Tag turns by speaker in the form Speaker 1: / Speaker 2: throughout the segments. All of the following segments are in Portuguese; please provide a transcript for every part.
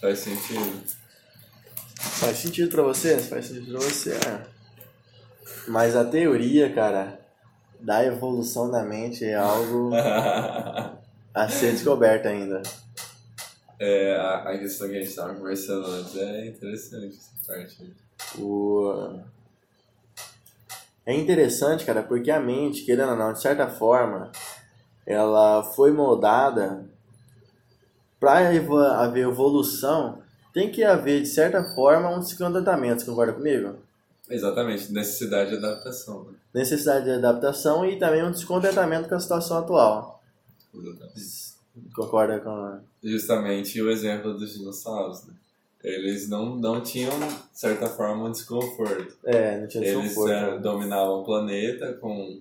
Speaker 1: Faz sentido.
Speaker 2: Faz sentido pra você? Faz sentido pra você, né? Mas a teoria, cara, da evolução da mente é algo a ser descoberto ainda.
Speaker 1: É, a, a questão que a gente estava conversando antes é interessante essa parte.
Speaker 2: O... É interessante, cara, porque a mente, querendo ou não, de certa forma, ela foi moldada para haver evolução, tem que haver, de certa forma, um descontentamento, você concorda comigo?
Speaker 1: Exatamente, necessidade de adaptação. Né?
Speaker 2: Necessidade de adaptação e também um descontentamento com a situação atual.
Speaker 1: Exatamente.
Speaker 2: Concorda com...
Speaker 1: Justamente o exemplo dos dinossauros, né? Eles não, não tinham, de certa forma, um desconforto.
Speaker 2: É, não tinha
Speaker 1: Eles
Speaker 2: desconforto.
Speaker 1: eh, dominavam o planeta com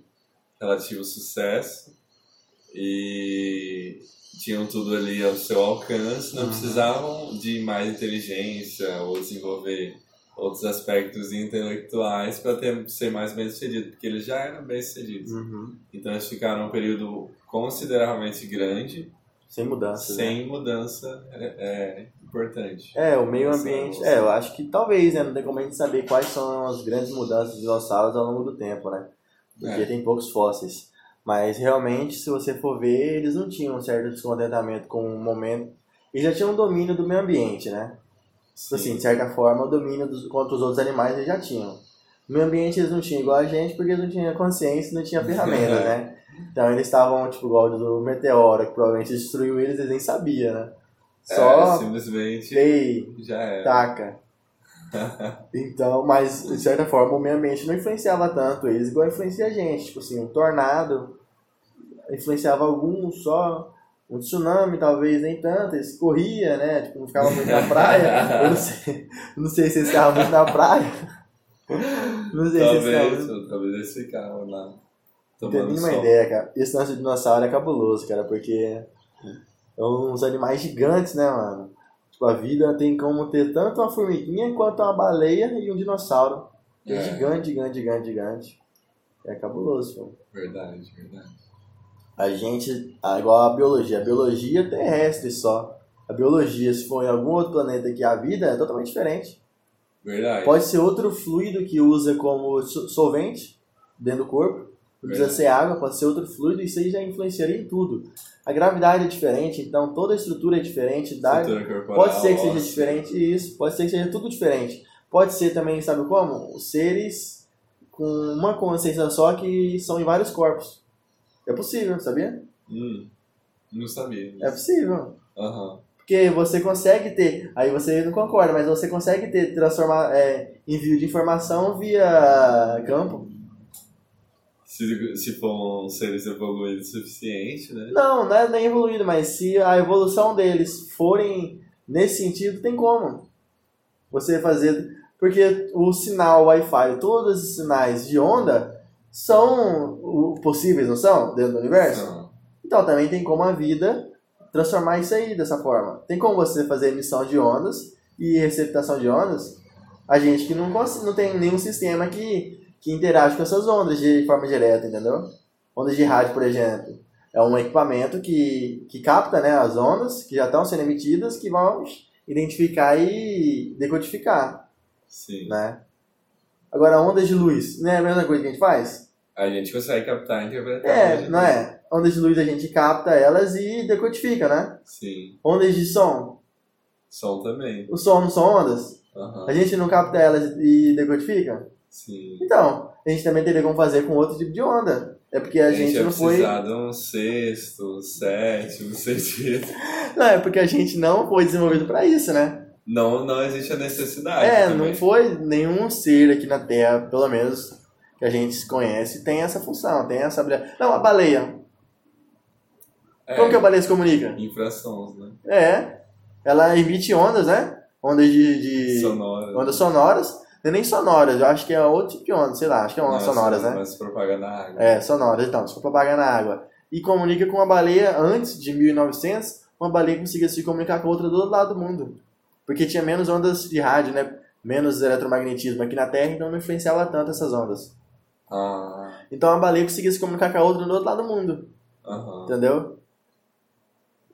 Speaker 1: relativo sucesso e tinham tudo ali ao seu alcance, não
Speaker 2: Uhum.
Speaker 1: precisavam de mais inteligência ou desenvolver outros aspectos intelectuais para ser mais bem-sucedido, porque eles já eram bem-sucedidos.
Speaker 2: Uhum.
Speaker 1: Então eles ficaram um período consideravelmente grande,
Speaker 2: Sem mudança, né?
Speaker 1: sem mudança é, é, importante.
Speaker 2: É, o meio
Speaker 1: Essa
Speaker 2: ambiente.
Speaker 1: evolução.
Speaker 2: É, eu acho que talvez, né? Não tem como a gente saber quais são as grandes mudanças dos dinossauros ao longo do tempo, né? Porque
Speaker 1: É.
Speaker 2: tem poucos fósseis. Mas realmente, se você for ver, eles não tinham um certo descontentamento com o momento. Eles já tinham um domínio do meio ambiente, né? Tipo Assim, de certa forma, o domínio dos, contra os outros animais eles já tinham. No meio ambiente eles não tinham igual a gente porque eles não tinham consciência e não tinham ferramenta,
Speaker 1: É.
Speaker 2: né? Então eles estavam, tipo, igual o do meteoro, que provavelmente destruiu eles, eles nem sabiam, né?
Speaker 1: É,
Speaker 2: Só
Speaker 1: simplesmente
Speaker 2: veio,
Speaker 1: já era.
Speaker 2: taca. Então, mas de certa forma o meio ambiente não influenciava tanto eles igual influencia a gente. Tipo assim, um tornado influenciava alguns só, um tsunami talvez nem tanto, eles corria, né? Tipo, não ficava muito na praia. Eu não sei, não sei se eles ficavam muito na praia. Não sei se eles ficavam.
Speaker 1: Talvez, ou talvez eles ficaram lá
Speaker 2: Não tenho
Speaker 1: tomando
Speaker 2: nenhuma
Speaker 1: sol.
Speaker 2: ideia, cara. Esse lance de dinossauro é cabuloso, cara, porque é uns animais gigantes, né, mano? Tipo, a vida tem como ter tanto uma formiguinha quanto uma baleia e um dinossauro. É,
Speaker 1: É.
Speaker 2: gigante, gigante, gigante, gigante. É cabuloso, mano.
Speaker 1: Verdade, verdade.
Speaker 2: A gente, ah, igual a biologia, a biologia é terrestre só. A biologia, se for em algum outro planeta que a vida, é totalmente diferente.
Speaker 1: Verdade.
Speaker 2: Pode ser outro fluido que usa como so- solvente dentro do corpo. Não precisa
Speaker 1: Verdade.
Speaker 2: ser água, pode ser outro fluido, isso aí já influenciaria em tudo. A gravidade é diferente, então toda a estrutura é diferente. Da...
Speaker 1: Estrutura corporal,
Speaker 2: Pode ser que seja
Speaker 1: óssea.
Speaker 2: diferente, isso. Pode ser que seja tudo diferente. Pode ser também, sabe como? Seres com uma consciência só que são em vários corpos. É possível, sabia?
Speaker 1: Hum, não sabia.
Speaker 2: É possível.
Speaker 1: Aham.
Speaker 2: Porque você consegue ter, aí você não concorda, mas você consegue ter transformar, é, envio de informação via campo.
Speaker 1: Se, se for um seres evoluídos o suficiente, né?
Speaker 2: Não, não é nem evoluído, mas se a evolução deles forem nesse sentido, tem como. Você fazer. Porque o sinal Wi-Fi, todos os sinais de onda são o- possíveis, não são? Dentro do universo?
Speaker 1: Não.
Speaker 2: Então também tem como a vida transformar isso aí dessa forma. Tem como você fazer emissão de ondas e receptação de ondas. A gente que não, cons- não tem nenhum sistema que, que interage com essas ondas de forma direta, entendeu? Ondas de rádio, por exemplo. É um equipamento que, que capta né, as ondas que já estão sendo emitidas, que vão identificar e decodificar,
Speaker 1: Sim.
Speaker 2: né? Agora, ondas de luz, não é a mesma coisa que a gente faz?
Speaker 1: A gente consegue captar e interpretar.
Speaker 2: É,
Speaker 1: né?
Speaker 2: não é? Ondas de luz a gente capta elas e decodifica, né?
Speaker 1: Sim.
Speaker 2: Ondas de som.
Speaker 1: Som também.
Speaker 2: O som não são ondas?
Speaker 1: Aham.
Speaker 2: A gente não capta elas e decodifica?
Speaker 1: Sim.
Speaker 2: Então, a gente também teria como fazer com outro tipo de onda. É porque a, gente,
Speaker 1: ia
Speaker 2: não foi.
Speaker 1: precisar de um sexto, um sétimo, um sexto.
Speaker 2: Não, é porque a gente não foi desenvolvido pra isso, né?
Speaker 1: Não, não existe a necessidade.
Speaker 2: é,
Speaker 1: também.
Speaker 2: não foi nenhum ser aqui na Terra, pelo menos que a gente conhece, tem essa função, tem essa habilidade. Não, a baleia.
Speaker 1: É,
Speaker 2: Como que a baleia se comunica?
Speaker 1: Infrassons, né?
Speaker 2: É. Ela emite ondas, né? Ondas de. de...
Speaker 1: Sonoras.
Speaker 2: Ondas sonoras, não é nem sonoras, eu acho que é outro tipo de onda, sei lá, acho que é ondas
Speaker 1: Não,
Speaker 2: sonoras,
Speaker 1: são-
Speaker 2: né?
Speaker 1: Mas propaganda na água.
Speaker 2: É, sonoras, então, desculpa apagar na água. E comunica com uma baleia antes de 1900, uma baleia conseguia se comunicar com outra do outro lado do mundo. Porque tinha menos ondas de rádio, né? Menos eletromagnetismo aqui na Terra, então não influenciava tanto essas ondas.
Speaker 1: Ah,
Speaker 2: Então a baleia conseguia se comunicar com a outra do outro lado do mundo,
Speaker 1: aham.
Speaker 2: entendeu?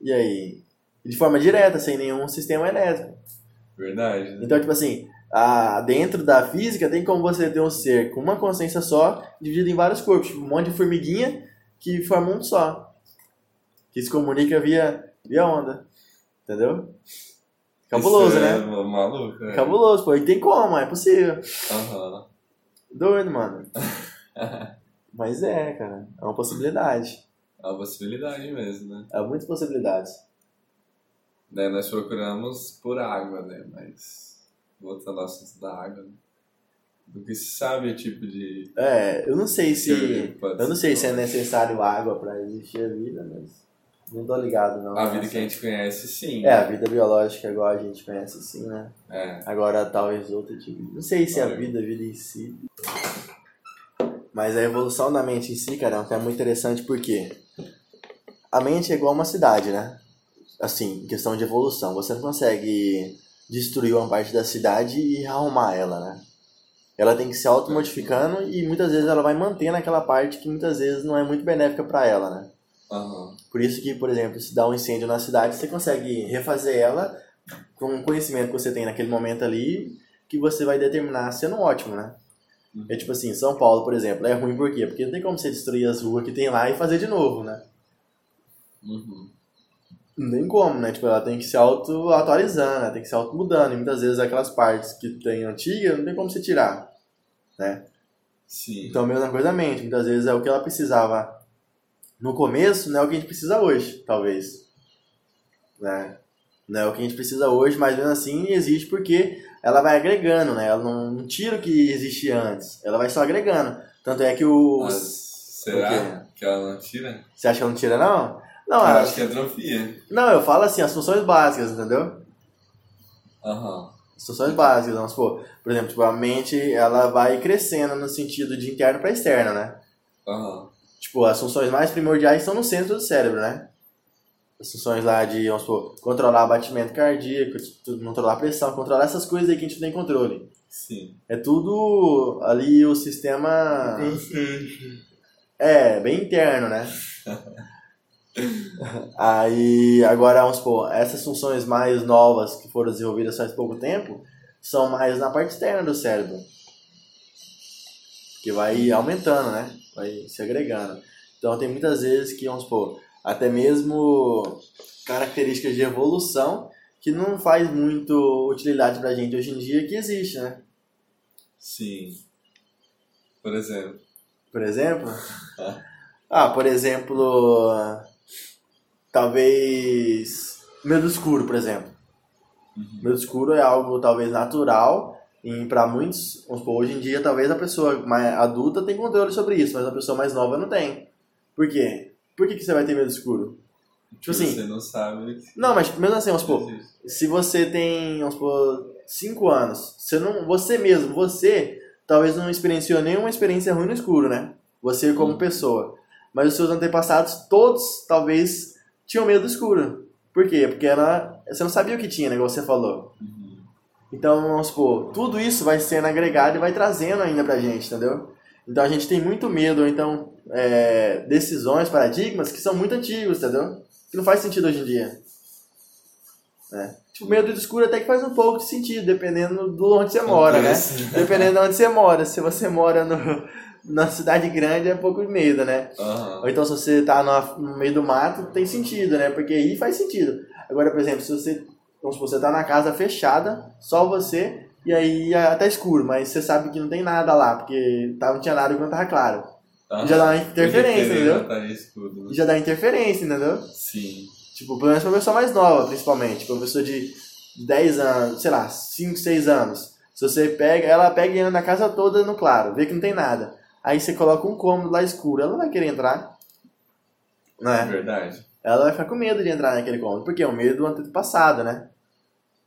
Speaker 2: E aí? E de forma direta, sem nenhum sistema elétrico.
Speaker 1: Verdade. né?
Speaker 2: Então, tipo assim, a- dentro da física tem como você ter um ser com uma consciência só, dividido em vários corpos, tipo um monte de formiguinha que forma um só. Que se comunica via, via onda. Entendeu? Cabuloso,
Speaker 1: Isso é
Speaker 2: né?
Speaker 1: Maluco, né?
Speaker 2: Cabuloso, pô. E tem como, é possível.
Speaker 1: Aham.
Speaker 2: Doido, mano. Mas é, cara. É uma possibilidade.
Speaker 1: É uma possibilidade mesmo, né?
Speaker 2: Há muitas possibilidades.
Speaker 1: Daí nós procuramos por água, né? Mas voltando ao assunto da água, né? do que se sabe o tipo de.
Speaker 2: É, eu não sei se.
Speaker 1: Sim, pode
Speaker 2: Eu não
Speaker 1: ser.
Speaker 2: sei se é necessário água pra existir a vida, mas. Não tô ligado, não.
Speaker 1: A vida que a gente conhece, sim.
Speaker 2: É, a vida biológica, igual a gente conhece assim, né?
Speaker 1: É.
Speaker 2: Agora, talvez outra tipo. Não sei se é a
Speaker 1: Olha.
Speaker 2: vida, a vida em si. Mas a evolução da mente em si, cara, é um tema muito interessante porque. A mente é igual uma cidade, né? Assim, em questão de evolução. Você não consegue destruir uma parte da cidade e arrumar ela, né? Ela tem que se automodificando e muitas vezes ela vai mantendo aquela parte que muitas vezes não é muito benéfica pra ela, né?
Speaker 1: Aham.
Speaker 2: Por isso que, por exemplo, se dá um incêndio na cidade, você consegue refazer ela com o conhecimento que você tem naquele momento ali, que você vai determinar sendo ótimo, né?
Speaker 1: Uhum.
Speaker 2: É tipo assim, São Paulo, por exemplo, é ruim por quê? Porque não tem como você destruir as ruas que tem lá e fazer de novo, né?
Speaker 1: Uhum.
Speaker 2: Não tem como, né? Tipo, ela tem que se auto-atualizando, ela tem que se auto-mudando. E muitas vezes aquelas partes que tem antiga, não tem como você tirar.
Speaker 1: Sim.
Speaker 2: Então, a mesma coisa a mente. Muitas vezes é o que ela precisava no começo, não é o que a gente precisa hoje, talvez. Né? Não é o que a gente precisa hoje, mas mesmo assim existe porque ela vai agregando, né? Ela não, não tira o que existia antes. Ela vai só agregando. Tanto é que o...
Speaker 1: Mas será que ela não tira?
Speaker 2: Você acha que ela não tira, não? Não,
Speaker 1: eu
Speaker 2: ela-
Speaker 1: acho que é atrofia.
Speaker 2: não, eu falo assim, as funções básicas, entendeu?
Speaker 1: Aham.
Speaker 2: Instruções básicas, vamos supor. Por exemplo, tipo, a mente ela vai crescendo no sentido de interno para externo, né?
Speaker 1: Aham.
Speaker 2: Tipo, as funções mais primordiais estão no centro do cérebro, né? As funções lá de, vamos supor, controlar batimento cardíaco, tipo, controlar a pressão, controlar essas coisas aí que a gente não tem controle.
Speaker 1: Sim.
Speaker 2: É tudo ali o sistema.
Speaker 1: Consciente.
Speaker 2: É, bem interno, né? Aí, agora, vamos supor, essas funções mais novas que foram desenvolvidas faz pouco tempo são mais na parte externa do cérebro. Que vai aumentando, né? Vai se agregando. Então, tem muitas vezes que, vamos supor, até mesmo características de evolução que não faz muito utilidade pra gente hoje em dia que existe, né?
Speaker 1: Sim. Por exemplo.
Speaker 2: Por exemplo? ah, por exemplo. Talvez. Medo escuro, por exemplo. Medo escuro é algo talvez natural. E para muitos, vamos supor, hoje em dia, talvez a pessoa mais adulta tem controle sobre isso, mas a pessoa mais nova não tem. Por quê? Por que, que você vai ter medo escuro?
Speaker 1: que
Speaker 2: assim-
Speaker 1: Você não sabe. que
Speaker 2: Não, mas mesmo assim, vamos supor,
Speaker 1: existe.
Speaker 2: se você tem, vamos supor, 5 anos, você, não, você mesmo, você, talvez não experienciou nenhuma experiência ruim no escuro, né? Você como
Speaker 1: Hum.
Speaker 2: pessoa. Mas os seus antepassados, todos, talvez, tinham medo do escuro. Por quê? Porque ela, você não sabia o que tinha, né? Igual você falou.
Speaker 1: Uhum.
Speaker 2: Então, vamos supor, tudo isso vai sendo agregado e vai trazendo ainda pra gente, entendeu? Então a gente tem muito medo, ou então, é, decisões, paradigmas que são muito antigos, entendeu? Que não faz sentido hoje em dia. Tipo, medo do escuro até que faz um pouco de sentido, dependendo do onde você mora, né?
Speaker 1: Acontece.
Speaker 2: Dependendo de onde você mora. Se você mora no, na cidade grande, é pouco de medo, né?
Speaker 1: Aham.
Speaker 2: Ou então, se você tá numa- no meio do mato, tem sentido, né? Porque aí faz sentido. Agora, por exemplo, se você, vamos supor, você tá na casa fechada, só você, e aí é- tá escuro, mas você sabe que não tem nada lá, porque tá, não tinha nada quando tava claro.
Speaker 1: Aham.
Speaker 2: Já dá uma interferência,
Speaker 1: Interferência,
Speaker 2: entendeu?
Speaker 1: tá em escudo, né?
Speaker 2: Já dá interferência, entendeu?
Speaker 1: Sim.
Speaker 2: Tipo, pelo menos pra pessoa mais nova, principalmente. Pra pessoa de 10 anos, sei lá, 5, 6 anos. Se você pega, ela pega e anda a casa toda no claro, vê que não tem nada. Aí você coloca um cômodo lá escuro, ela não vai querer entrar.
Speaker 1: É
Speaker 2: Né?
Speaker 1: verdade.
Speaker 2: Ela vai ficar com medo de entrar naquele cômodo, porque é o medo do antepassado, né?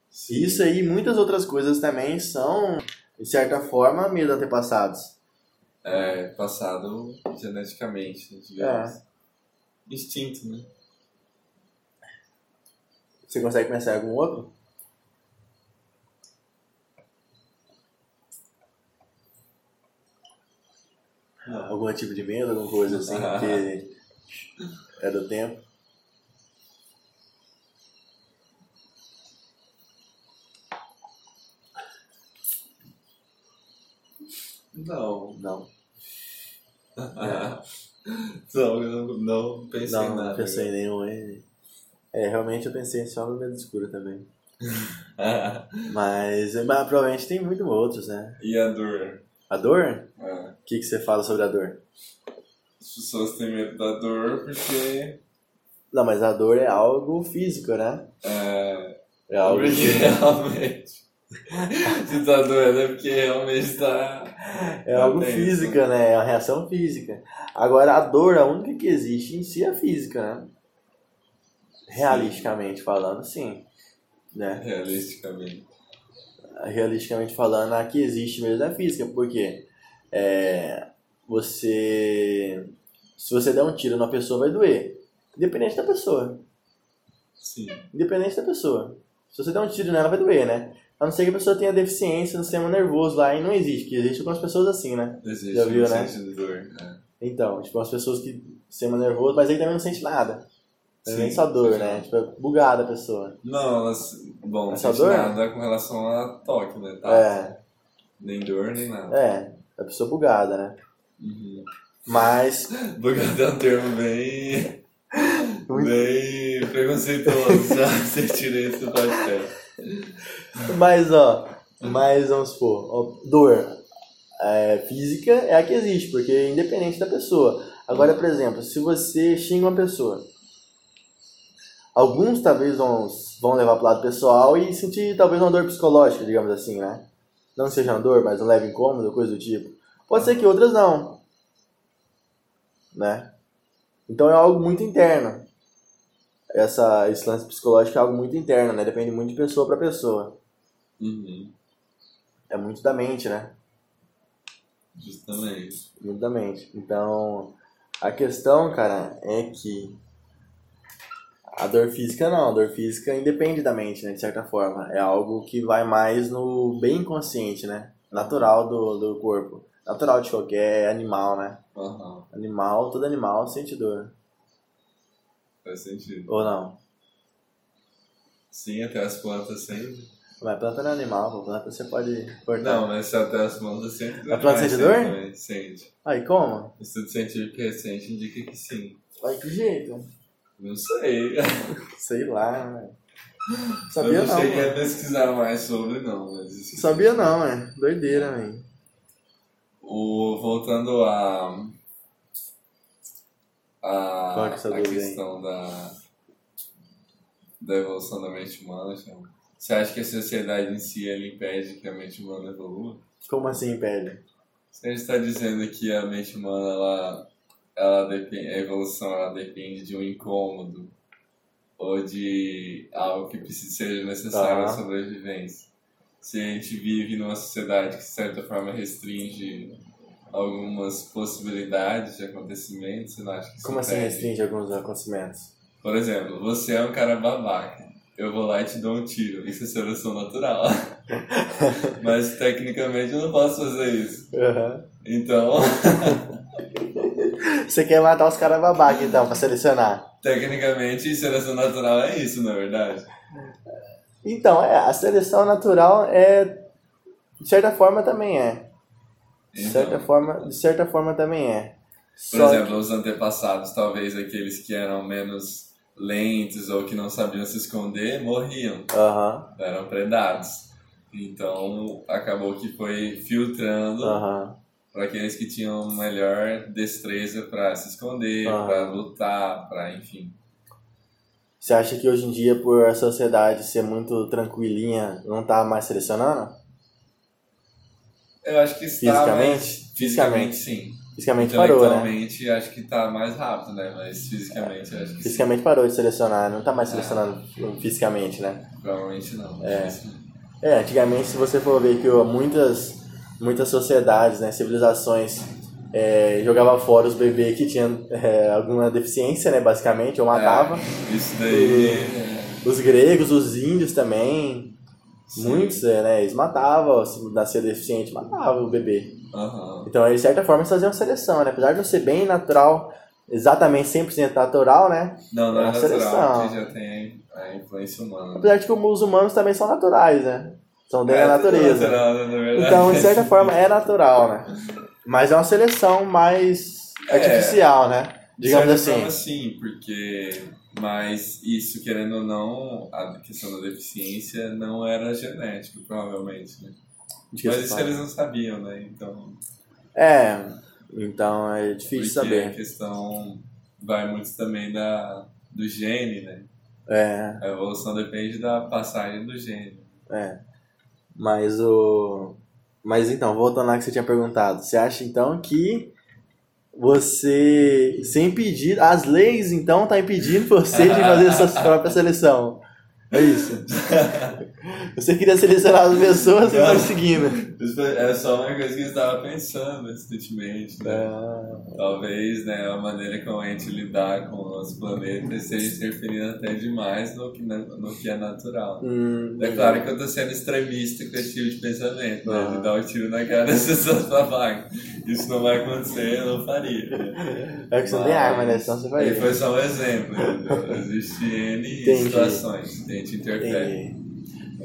Speaker 1: Sim.
Speaker 2: Isso aí, muitas outras coisas também são, de certa forma, medo do antepassados.
Speaker 1: É passado geneticamente, né, digamos.
Speaker 2: É.
Speaker 1: Instinto, né?
Speaker 2: Você consegue pensar em algum outro?
Speaker 1: Não.
Speaker 2: Algum tipo de medo, alguma coisa assim, que é do tempo?
Speaker 1: Não.
Speaker 2: Não,
Speaker 1: não, eu não, não pensei em
Speaker 2: É. não,
Speaker 1: nada.
Speaker 2: não pensei em nenhum. hein? É, realmente eu pensei só no Medo Escuro também. Mas, mas provavelmente tem muito outros, né?
Speaker 1: e a dor?
Speaker 2: A dor?
Speaker 1: É.
Speaker 2: O que, que você fala sobre a dor?
Speaker 1: As pessoas têm medo da dor porque.
Speaker 2: Não, mas a dor é algo físico, né?
Speaker 1: É,
Speaker 2: É algo
Speaker 1: porque
Speaker 2: que-
Speaker 1: realmente. Se tá doendo é porque realmente tá.
Speaker 2: É algo
Speaker 1: tenso.
Speaker 2: física, né? É uma reação física. Agora, a dor, a única que existe em si é a física, né? Realisticamente falando, sim. Né?
Speaker 1: Realisticamente.
Speaker 2: Realisticamente falando, a que existe mesmo é a física, porque é, você. Se você der um tiro na pessoa, vai doer. Independente da pessoa.
Speaker 1: Sim.
Speaker 2: Independente da pessoa. Se você der um tiro nela, vai doer, né? A não ser que a pessoa tenha deficiência no sistema nervoso lá e não existe, que existe algumas pessoas assim, né?
Speaker 1: Existe
Speaker 2: Já viu,
Speaker 1: um
Speaker 2: né?
Speaker 1: senso de dor. né?
Speaker 2: Então, tipo, as pessoas que sistema nervoso, mas aí também não sente nada.
Speaker 1: Sim.
Speaker 2: Nem só dor, né? Tipo, é bugada a pessoa.
Speaker 1: Não, elas. Bom, não
Speaker 2: Essa
Speaker 1: sente
Speaker 2: dor?
Speaker 1: nada com relação a toque, né? Tá?
Speaker 2: É,
Speaker 1: Nem dor, nem nada.
Speaker 2: é. A pessoa bugada, né?
Speaker 1: Uhum.
Speaker 2: Mas.
Speaker 1: Bugado é um termo bem.
Speaker 2: Muito.
Speaker 1: bem preconceituoso. Já você tira esse podcast.
Speaker 2: Mas, ó. Mas vamos supor, ó, dor é, física é a que existe, porque é independente da pessoa. Agora, por exemplo, se você xinga uma pessoa, alguns talvez vão, vão levar pro lado pessoal e sentir talvez uma dor psicológica, digamos assim, né? Não que seja uma dor, mas um leve incômodo, coisa do tipo. Pode ser que outras não. Né? Então é algo muito interno. Essa, esse lance psicológico é algo muito interno, né? Depende muito de pessoa para pessoa.
Speaker 1: Uhum.
Speaker 2: É muito da mente, né?
Speaker 1: Justamente.
Speaker 2: Muito da mente. Então, a questão, cara, é que a dor física não, a dor física independe da mente, né? De certa forma. É algo que vai mais no bem consciente, né? Natural do, do corpo. Natural de qualquer animal, né?
Speaker 1: Aham,
Speaker 2: Animal, todo animal sente dor.
Speaker 1: faz sentido.
Speaker 2: Ou não?
Speaker 1: Sim, até as plantas sempre.
Speaker 2: Mas planta não é animal, pô. planta você pode cortar.
Speaker 1: Não, mas se até as plantas sempre.
Speaker 2: A planta
Speaker 1: Mas
Speaker 2: sente dor?
Speaker 1: também, Sente.
Speaker 2: Aí como?
Speaker 1: O estudo científico recente indica que sim.
Speaker 2: Aí que jeito?
Speaker 1: Não sei.
Speaker 2: Sei lá, né?
Speaker 1: eu
Speaker 2: Sabia
Speaker 1: não né?
Speaker 2: não,
Speaker 1: cheguei
Speaker 2: mano.
Speaker 1: a pesquisar mais sobre, não. Mas assim, isso-
Speaker 2: Sabia não, é. Doideira, velho.
Speaker 1: O, voltando a. A,
Speaker 2: Qual que você
Speaker 1: a
Speaker 2: dúvida aí?
Speaker 1: questão da, da evolução da mente humana, chama. Você acha que a sociedade em si ela impede que a mente humana evolua?
Speaker 2: Como assim, pele?
Speaker 1: Você está dizendo que a mente humana, ela, ela depende, a evolução ela depende de um incômodo ou de algo que precisa ser necessário à
Speaker 2: Tá.
Speaker 1: sobrevivência. Se a gente vive numa sociedade que, de certa forma, restringe algumas possibilidades de acontecimentos, você não acha que isso
Speaker 2: Como assim
Speaker 1: impede?
Speaker 2: restringe alguns acontecimentos?
Speaker 1: Por exemplo, você é um cara babaca. Eu vou lá e te dou um tiro. Isso é seleção natural. Mas, tecnicamente, eu não posso fazer isso. Então...
Speaker 2: Você quer matar os caras babaca, então, pra selecionar.
Speaker 1: Tecnicamente, seleção natural é isso, na verdade.
Speaker 2: Então, é, a seleção natural é. De certa forma também é. De
Speaker 1: Então,
Speaker 2: certa forma, de certa forma também é.
Speaker 1: por
Speaker 2: Só
Speaker 1: exemplo, os antepassados, talvez aqueles que eram menos lentos ou que não sabiam se esconder, morriam,
Speaker 2: que- Aham,
Speaker 1: eram predados. Então, acabou que foi filtrando
Speaker 2: aham.
Speaker 1: para aqueles que tinham melhor destreza para se esconder,
Speaker 2: Ah.
Speaker 1: para lutar, para enfim.
Speaker 2: Você acha que hoje em dia, por a sociedade ser muito tranquilinha, não tá mais selecionando?
Speaker 1: Eu acho que está
Speaker 2: Fisicamente?
Speaker 1: fisicamente Então, sim.
Speaker 2: Fisicamente parou, né?
Speaker 1: Intelectualmente, acho que está mais rápido, né? Mas fisicamente, eu acho que sim.
Speaker 2: Fisicamente parou de selecionar, não tá mais selecionando fisicamente, né?
Speaker 1: Provavelmente não.
Speaker 2: É.
Speaker 1: Sim.
Speaker 2: É, antigamente, se você for ver que ó, muitas, muitas sociedades, né, civilizações, é, jogava fora os bebês que tinham é, alguma deficiência, né, basicamente,
Speaker 1: É.
Speaker 2: ou matava.
Speaker 1: Isso daí.
Speaker 2: Os gregos, os índios também,
Speaker 1: Sim.
Speaker 2: muitos, é, né, eles matavam, ó, se nascia deficiente, matava o bebê.
Speaker 1: Aham.
Speaker 2: Então, eles, de certa forma, eles faziam seleção, né, apesar de não ser bem natural, exatamente 100% natural, né,
Speaker 1: Não, não
Speaker 2: É
Speaker 1: é
Speaker 2: a
Speaker 1: natural,
Speaker 2: seleção.
Speaker 1: porque já tem a influência humana.
Speaker 2: apesar de que os humanos também são naturais, né. São dentro da natureza.
Speaker 1: É, Natural, na verdade.
Speaker 2: Então, de certa forma, é natural, né? Mas é uma seleção mais
Speaker 1: É.
Speaker 2: artificial, né?
Speaker 1: De
Speaker 2: Digamos
Speaker 1: certa forma,
Speaker 2: assim.
Speaker 1: sim, porque. Mas isso, querendo ou não, a questão da deficiência não era genética, provavelmente, né? Mas isso eles não sabiam, né? Então.
Speaker 2: É, então é difícil
Speaker 1: porque
Speaker 2: saber.
Speaker 1: a questão vai muito também da, do gene, né?
Speaker 2: É,
Speaker 1: A evolução depende da passagem do gene.
Speaker 2: é. Mas o. Mas então, voltando lá que você tinha perguntado, você acha então que você, sem pedir, as leis então tá impedindo você de fazer sua própria seleção? É isso. Você queria selecionar as pessoas e não tá conseguindo.
Speaker 1: Isso foi- Era só uma coisa que eu estava pensando recentemente, né? Talvez né, a maneira como a gente lidar com o nosso planeta esteja interferindo até demais no que, na- no que é natural.
Speaker 2: Hum,
Speaker 1: É claro que eu tô sendo extremista com esse tipo de pensamento, né?
Speaker 2: Aham.
Speaker 1: De dar um tiro na cara das pessoas pra vaga. Isso não vai acontecer, eu não faria. né?
Speaker 2: É que você não tem
Speaker 1: Mas-
Speaker 2: arma, né? Senão você vai.
Speaker 1: Aí foi só um exemplo. entendeu? Existe N
Speaker 2: Entendi.
Speaker 1: situações que a gente interfere.
Speaker 2: Entendi.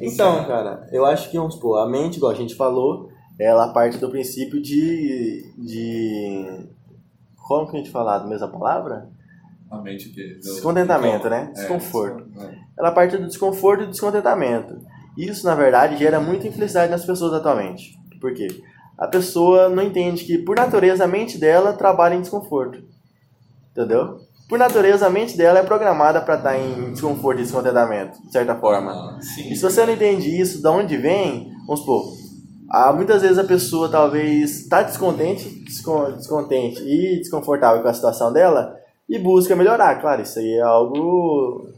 Speaker 2: Então, cara, eu acho que, vamos supor, a mente, igual a gente falou, ela parte do princípio de. de... Como que a gente fala a mesma palavra?
Speaker 1: A mente o quê? Do-
Speaker 2: Descontentamento,
Speaker 1: do-
Speaker 2: né?
Speaker 1: É,
Speaker 2: Desconforto.
Speaker 1: desconforto.
Speaker 2: Ela parte do desconforto e do descontentamento. Isso, na verdade, gera muita infelicidade nas pessoas atualmente. Por quê? A pessoa não entende que, por natureza, a mente dela trabalha em desconforto. Entendeu? Por natureza, a mente dela é programada para estar em desconforto e descontentamento, de certa forma.
Speaker 1: Ah, sim.
Speaker 2: E se você não entende isso, de onde vem, vamos supor, há, muitas vezes a pessoa talvez está descontente, descon- descontente e desconfortável com a situação dela e busca melhorar. Claro, isso aí é algo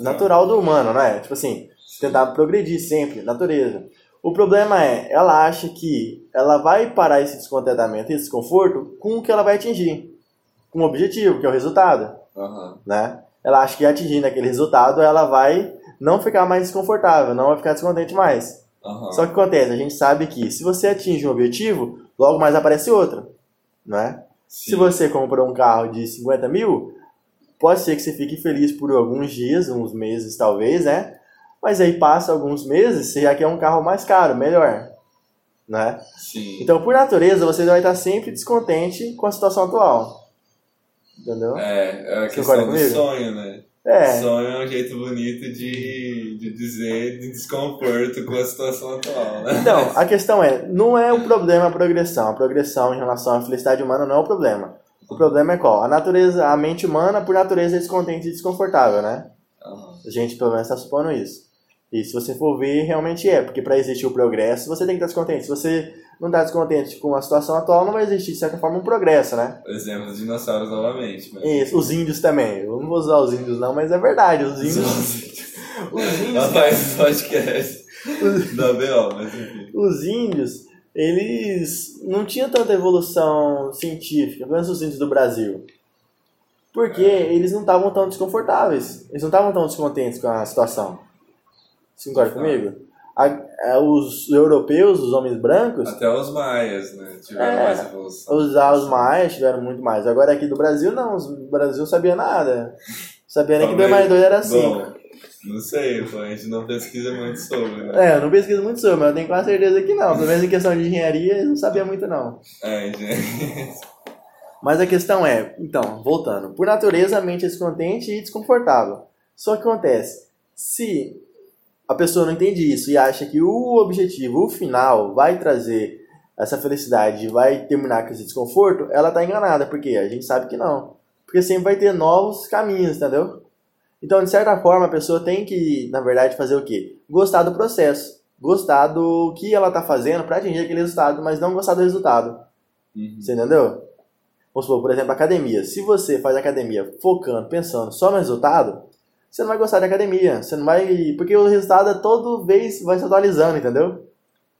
Speaker 2: natural do humano, né? Tipo assim, tentar progredir sempre, natureza. O problema é, ela acha que ela vai parar esse descontentamento, esse desconforto com o que ela vai atingir, com o objetivo, que é o resultado
Speaker 1: Aham.
Speaker 2: né? Ela acha que atingindo aquele resultado, ela vai não ficar mais desconfortável, não vai ficar descontente mais.
Speaker 1: Aham.
Speaker 2: Só que acontece, a gente sabe que se você atinge um objetivo, logo mais aparece outro, né? Se
Speaker 1: Sim.
Speaker 2: você comprou um carro de 50 mil, pode ser que você fique feliz por alguns dias, uns meses talvez, né? Mas aí passa alguns meses, você já quer um carro mais caro, melhor, né?
Speaker 1: Sim.
Speaker 2: Então, por natureza, você vai estar sempre descontente com a situação atual. Entendeu?
Speaker 1: É, é a
Speaker 2: Você
Speaker 1: questão
Speaker 2: concorda
Speaker 1: do
Speaker 2: comigo?
Speaker 1: sonho, né?
Speaker 2: É.
Speaker 1: Sonho é um jeito bonito de, de dizer de desconforto com a situação atual, né?
Speaker 2: Então, a questão é, não é o problema a progressão. A progressão em relação à felicidade humana não é o problema. O problema é qual? A natureza, a mente humana, por natureza, é descontente e desconfortável, né?
Speaker 1: Aham.
Speaker 2: A gente, pelo menos, está supondo isso. E se você for ver, realmente é, porque para existir o progresso, você tem que estar descontente. Se você não está descontente com a situação atual, não vai existir, de certa forma, um progresso, né?
Speaker 1: Exemplo dos dinossauros novamente, mas...
Speaker 2: Isso, os índios também. Eu não vou usar os índios, não, mas é verdade. Os índios. Os
Speaker 1: Ela
Speaker 2: índios,
Speaker 1: faz podcast da B.O., mas enfim.
Speaker 2: os índios, eles não tinham tanta evolução científica, pelo menos os índios do Brasil. Porque eles não estavam tão desconfortáveis. Eles não estavam tão descontentes com a situação. Você concorda
Speaker 1: Tá.
Speaker 2: comigo? A- a- os europeus, os homens brancos,
Speaker 1: Até os maias, né? Tiveram
Speaker 2: É.
Speaker 1: mais evolução.
Speaker 2: os, os maias tiveram muito mais. Agora aqui do Brasil, não. Os- O Brasil não sabia nada. Sabia nem que 2
Speaker 1: Talvez.
Speaker 2: mais 2 era 5.
Speaker 1: Bom, não sei, pô, a gente não pesquisa muito sobre, né?
Speaker 2: É, eu não pesquiso muito sobre, mas eu tenho quase certeza que não. Pelo menos em questão de engenharia, eles não sabiam muito, não.
Speaker 1: É, gente.
Speaker 2: Mas a questão é, então, voltando. Por natureza, a mente é descontente e desconfortável. Só que acontece, se a pessoa não entende isso e acha que o objetivo, o final, vai trazer essa felicidade, vai terminar com esse desconforto, ela tá enganada, porque a gente sabe que não. Porque sempre vai ter novos caminhos, entendeu? Então, de certa forma, a pessoa tem que, na verdade, fazer o quê? Gostar do processo. Gostar do que ela tá fazendo para atingir aquele resultado, mas não gostar do resultado.
Speaker 1: Uhum.
Speaker 2: Você entendeu? Vamos supor, por exemplo, academia. Se você faz academia focando, pensando só no resultado, você não vai gostar de academia. Você não vai. Porque o resultado é toda vez vai se atualizando, entendeu?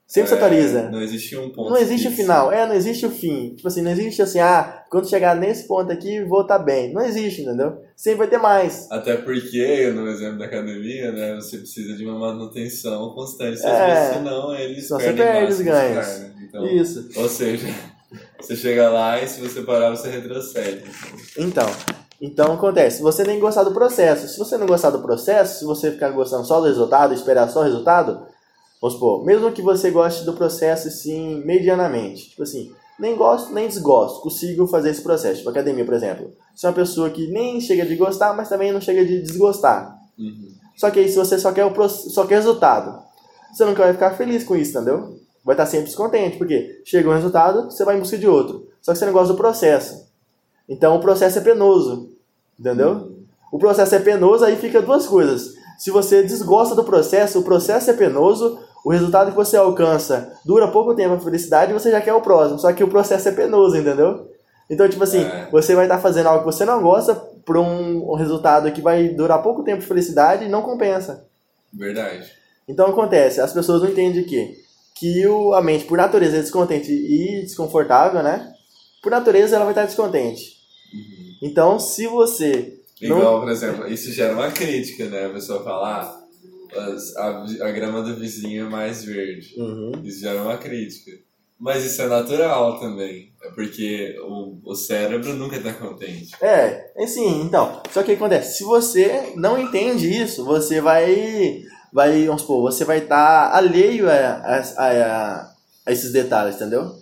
Speaker 2: Sempre se
Speaker 1: É,
Speaker 2: atualiza.
Speaker 1: Não existe um ponto
Speaker 2: Não existe o
Speaker 1: fixo.
Speaker 2: final, é, não existe o fim. Tipo assim, não existe assim, ah, quando chegar nesse ponto aqui, vou estar bem. Não existe, entendeu? Sempre vai ter mais.
Speaker 1: Até porque, no exemplo da academia, né, você precisa de uma manutenção constante,
Speaker 2: É.
Speaker 1: senão eles
Speaker 2: Senão você
Speaker 1: perdem
Speaker 2: perde
Speaker 1: massa
Speaker 2: os ganhos.
Speaker 1: muscular, né? Então,
Speaker 2: Isso.
Speaker 1: Ou seja, você chega lá e se você parar, você retrocede.
Speaker 2: Então, então acontece, você tem que gostar do processo. Se você não gostar do processo, se você ficar gostando só do resultado, esperar só o resultado, Vamos supor, mesmo que você goste do processo assim, medianamente, tipo assim, nem gosto nem desgosto, consigo fazer esse processo. Tipo, academia, por exemplo. Você é uma pessoa que nem chega de gostar, mas também não chega de desgostar.
Speaker 1: Uhum.
Speaker 2: Só que aí, se você só quer, o, proce- só quer resultado, você nunca vai ficar feliz com isso, entendeu? Vai estar sempre descontente, porque chega um resultado, você vai em busca de outro. Só que você não gosta do processo. Então, o processo é penoso, entendeu?
Speaker 1: Uhum.
Speaker 2: O processo é penoso, aí fica duas coisas. Se você desgosta do processo, o processo é penoso, o resultado que você alcança dura pouco tempo a felicidade e você já quer o próximo. Só que o processo é penoso, entendeu? Então, tipo assim,
Speaker 1: É.
Speaker 2: você vai estar fazendo algo que você não gosta por um resultado que vai durar pouco tempo de felicidade e não compensa.
Speaker 1: Verdade.
Speaker 2: Então acontece, as pessoas não entendem que que o, a mente, por natureza, é descontente e desconfortável, né? Por natureza, ela vai estar descontente.
Speaker 1: Uhum.
Speaker 2: Então, se você Não-
Speaker 1: Igual, por exemplo, isso gera uma crítica, né? A pessoa fala, ah, as- a, vi- a grama do vizinho é mais verde. Isso gera uma crítica. Mas isso é natural também. É porque o, o cérebro nunca tá contente.
Speaker 2: É, assim, então. Só que o que acontece? Se você não entende isso, você vai. Vai, vamos supor, você vai estar alheio a, a, a- a esses detalhes, entendeu?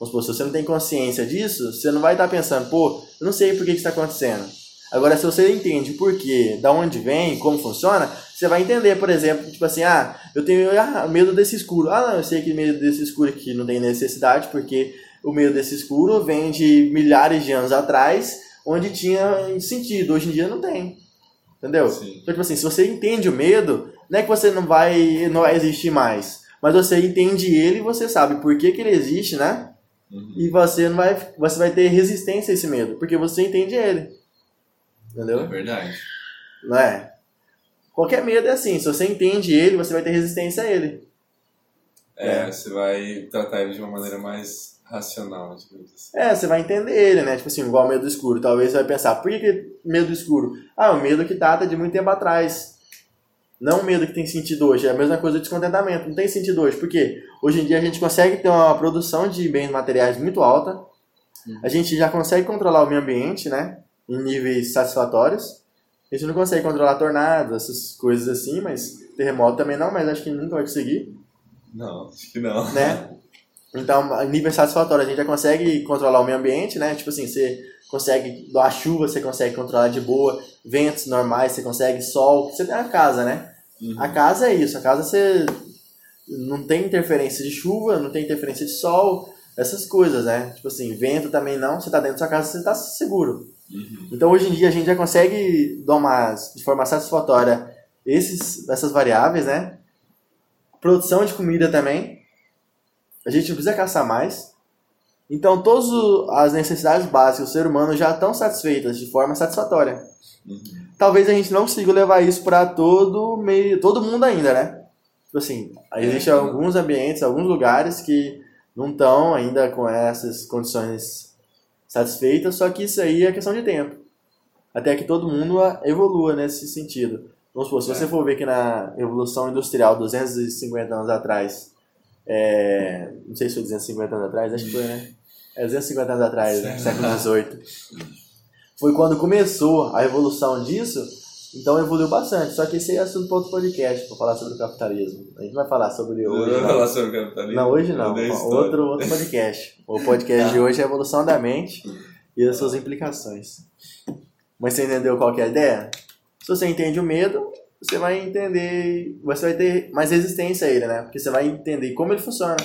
Speaker 2: Vamos supor, se você não tem consciência disso, você não vai estar pensando, pô, eu não sei por que que está acontecendo. Agora, se você entende o porquê, da onde vem, como funciona, você vai entender, por exemplo, tipo assim, ah, eu tenho ah, medo desse escuro. Ah, não, eu sei que medo desse escuro aqui não tem necessidade, porque o medo desse escuro vem de milhares de anos atrás, onde tinha sentido. Hoje em dia não tem. Entendeu?
Speaker 1: Sim.
Speaker 2: Então, tipo assim, se você entende o medo, não é que você não vai, não vai existir mais. Mas você entende ele e você sabe por que, que ele existe, né?
Speaker 1: Uhum.
Speaker 2: E você não vai. Você vai ter resistência a esse medo, porque você entende ele.
Speaker 1: É
Speaker 2: Entendeu?
Speaker 1: verdade.
Speaker 2: Não é? Qualquer medo é assim, se você entende ele, você vai ter resistência a ele.
Speaker 1: É, você vai tratar ele de uma maneira mais racional, digamos assim.
Speaker 2: É, você vai entender ele, né? Tipo assim, igual o medo do escuro. Talvez você vai pensar, por que, que medo do escuro? Ah, é um medo que data de muito tempo atrás. Não um medo que tem sentido hoje. É a mesma coisa do descontentamento. Não tem sentido hoje. Por quê? Hoje em dia a gente consegue ter uma produção de bens materiais muito alta.
Speaker 1: Uhum.
Speaker 2: A gente já consegue controlar o meio ambiente, né? Em níveis satisfatórios. A gente não consegue controlar tornados, essas coisas assim, mas terremoto também não, mas acho que nunca vai conseguir
Speaker 1: Não, acho que não.
Speaker 2: né? Então, em nível satisfatório, a gente já consegue controlar o meio ambiente, né? Tipo assim, você consegue, a chuva você consegue controlar de boa, ventos normais, você consegue sol, você tem a casa, né?
Speaker 1: Uhum.
Speaker 2: A casa é isso, a casa você não tem interferência de chuva, não tem interferência de sol, essas coisas, né? Tipo assim, vento também não, você tá dentro da sua casa, você tá seguro.
Speaker 1: Uhum.
Speaker 2: Então hoje em dia a gente já consegue domar de forma satisfatória esses, essas variáveis, né? Produção de comida também. A gente não precisa caçar mais. Então todas o- as necessidades básicas do ser humano já estão satisfeitas de forma satisfatória.
Speaker 1: Uhum.
Speaker 2: Talvez a gente não consiga levar isso para todo meio, todo mundo ainda, né? Tipo assim, existem
Speaker 1: É.
Speaker 2: alguns ambientes, alguns lugares que não estão ainda com essas condições satisfeitas, só que isso aí é questão de tempo. Até que todo mundo ah, evolua nesse sentido. Vamos supor, Então, se
Speaker 1: É.
Speaker 2: você for ver que na Revolução Industrial, 250 anos atrás, é, não sei se foi 250 anos atrás, acho que foi, né? É 250 anos atrás, né?
Speaker 1: Sei
Speaker 2: século
Speaker 1: lá.
Speaker 2: XVIII. Foi quando começou a evolução disso, então evoluiu bastante. Só que esse aí é assunto para outro podcast, para falar sobre o capitalismo. A gente não vai falar sobre
Speaker 1: Eu
Speaker 2: hoje, né?
Speaker 1: não vou
Speaker 2: não.
Speaker 1: falar sobre o capitalismo.
Speaker 2: Não, hoje não.
Speaker 1: Odeio história.
Speaker 2: Outro, outro podcast. O podcast de hoje é a evolução da mente e as suas implicações. Mas você entendeu qual que é a ideia? Se você entende o medo, você vai entender. Você vai ter mais resistência a ele, né? Porque você vai entender como ele funciona.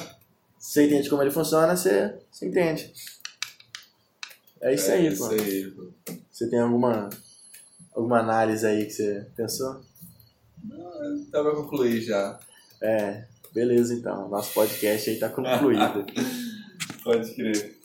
Speaker 2: Se você entende como ele funciona, você, você entende. É isso aí, pô.
Speaker 1: aí, pô.
Speaker 2: Você tem alguma, alguma análise aí que você pensou?
Speaker 1: Dá Então, pra concluir já.
Speaker 2: É, beleza então. Nosso podcast aí tá concluído.
Speaker 1: Pode crer.